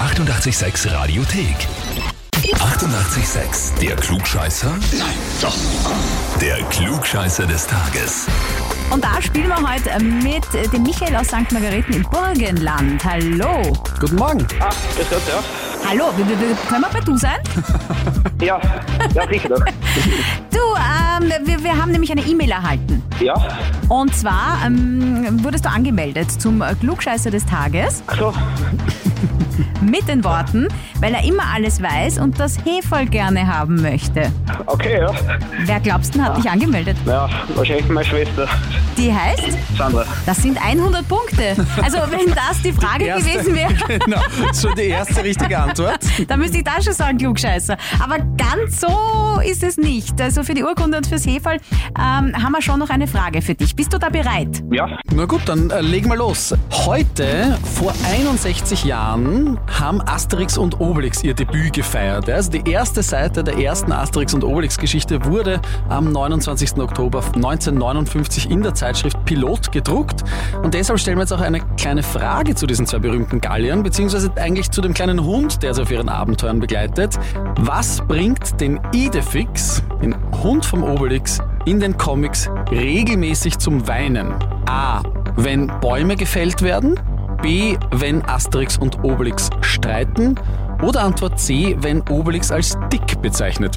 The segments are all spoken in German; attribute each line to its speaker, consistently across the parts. Speaker 1: 886 Radiothek. 88,6. Der Klugscheißer? Nein, doch. Der Klugscheißer des Tages.
Speaker 2: Und da spielen wir heute mit äh, dem Michael aus St. Margareten im Burgenland. Hallo.
Speaker 3: Guten Morgen.
Speaker 4: Ah, grüß Gott, ja.
Speaker 2: Hallo, wir, wir, wir, können wir bei du sein?
Speaker 4: Ja, ja sicher doch.
Speaker 2: Du, ähm, wir, wir haben nämlich eine E-Mail erhalten.
Speaker 4: Ja.
Speaker 2: Und zwar ähm, wurdest du angemeldet zum äh, Klugscheißer des Tages
Speaker 4: Ach so.
Speaker 2: mit den Worten, weil er immer alles weiß und das Heferl gerne haben möchte.
Speaker 4: Okay, ja.
Speaker 2: Wer glaubst du, hat dich angemeldet?
Speaker 4: Ja, wahrscheinlich meine Schwester,
Speaker 2: Die heißt,
Speaker 4: Sandra.
Speaker 2: das sind 100 Punkte. Also wenn das die Frage
Speaker 3: erste.
Speaker 2: gewesen wäre,
Speaker 3: Genau, schon die erste richtige Antwort.
Speaker 2: Da müsste ich da schon sagen, Klugscheißer. Aber ganz so ist es nicht. Also für die Urkunde und fürs Hefall ähm, haben wir schon noch eine Frage für dich. Bist du da bereit?
Speaker 4: Ja,
Speaker 3: Na gut, dann äh, legen wir los. Heute, vor 61 Jahren, haben Asterix und Obelix ihr Debüt gefeiert. Also die erste Seite der ersten Asterix und Obelix-Geschichte wurde am 29. Oktober 1959 in der Zeitschrift Pilot gedruckt. Und deshalb stellen wir jetzt auch eine kleine Frage zu diesen zwei berühmten Galliern, beziehungsweise eigentlich zu dem kleinen Hund, der sie auf ihren Abenteuern begleitet. Was bringt den Idefix, den Hund vom Obelix, in den Comics regelmäßig zum Weinen? A. Wenn Bäume gefällt werden. B. Wenn Asterix und Obelix streiten. Oder Antwort C. Wenn Obelix als dick bezeichnet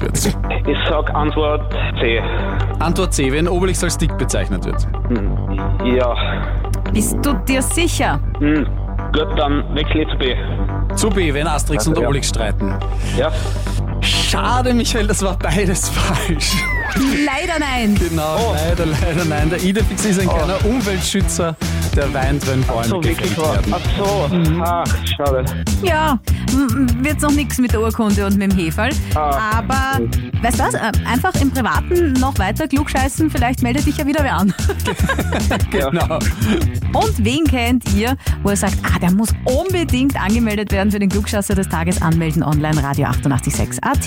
Speaker 3: wird.
Speaker 4: ich sag Antwort C.
Speaker 3: Antwort C. Wenn Obelix als dick bezeichnet wird.
Speaker 4: Hm, Ja.
Speaker 2: Bist du dir sicher?
Speaker 4: Hm. Gut, dann wechsle ich zu B.
Speaker 3: Zu B. Wenn Asterix und
Speaker 4: Also, Ja.
Speaker 3: Obelix streiten.
Speaker 4: Ja.
Speaker 3: Schade, Michael, das war beides falsch.
Speaker 2: Leider nein.
Speaker 3: Genau,
Speaker 4: Oh.
Speaker 3: leider, leider nein. Der Idefix ist ein kleiner Umweltschützer, der weint, wenn Bäume
Speaker 4: So,
Speaker 3: gefällt
Speaker 4: wirklich wahr.
Speaker 3: werden.
Speaker 4: Ach so. Ach, schade.
Speaker 2: Ja, m- m- wird noch nichts mit der Urkunde und mit dem Hefall.
Speaker 4: Ah.
Speaker 2: Aber, weißt du was, Äh, einfach im Privaten noch weiter klugscheißen, vielleicht meldet dich ja wieder wer an.
Speaker 3: Genau.
Speaker 2: Und wen kennt ihr, wo ihr sagt, ah, der muss unbedingt angemeldet werden für den Klugscheißer des Tages, anmelden online, radio 886 AT.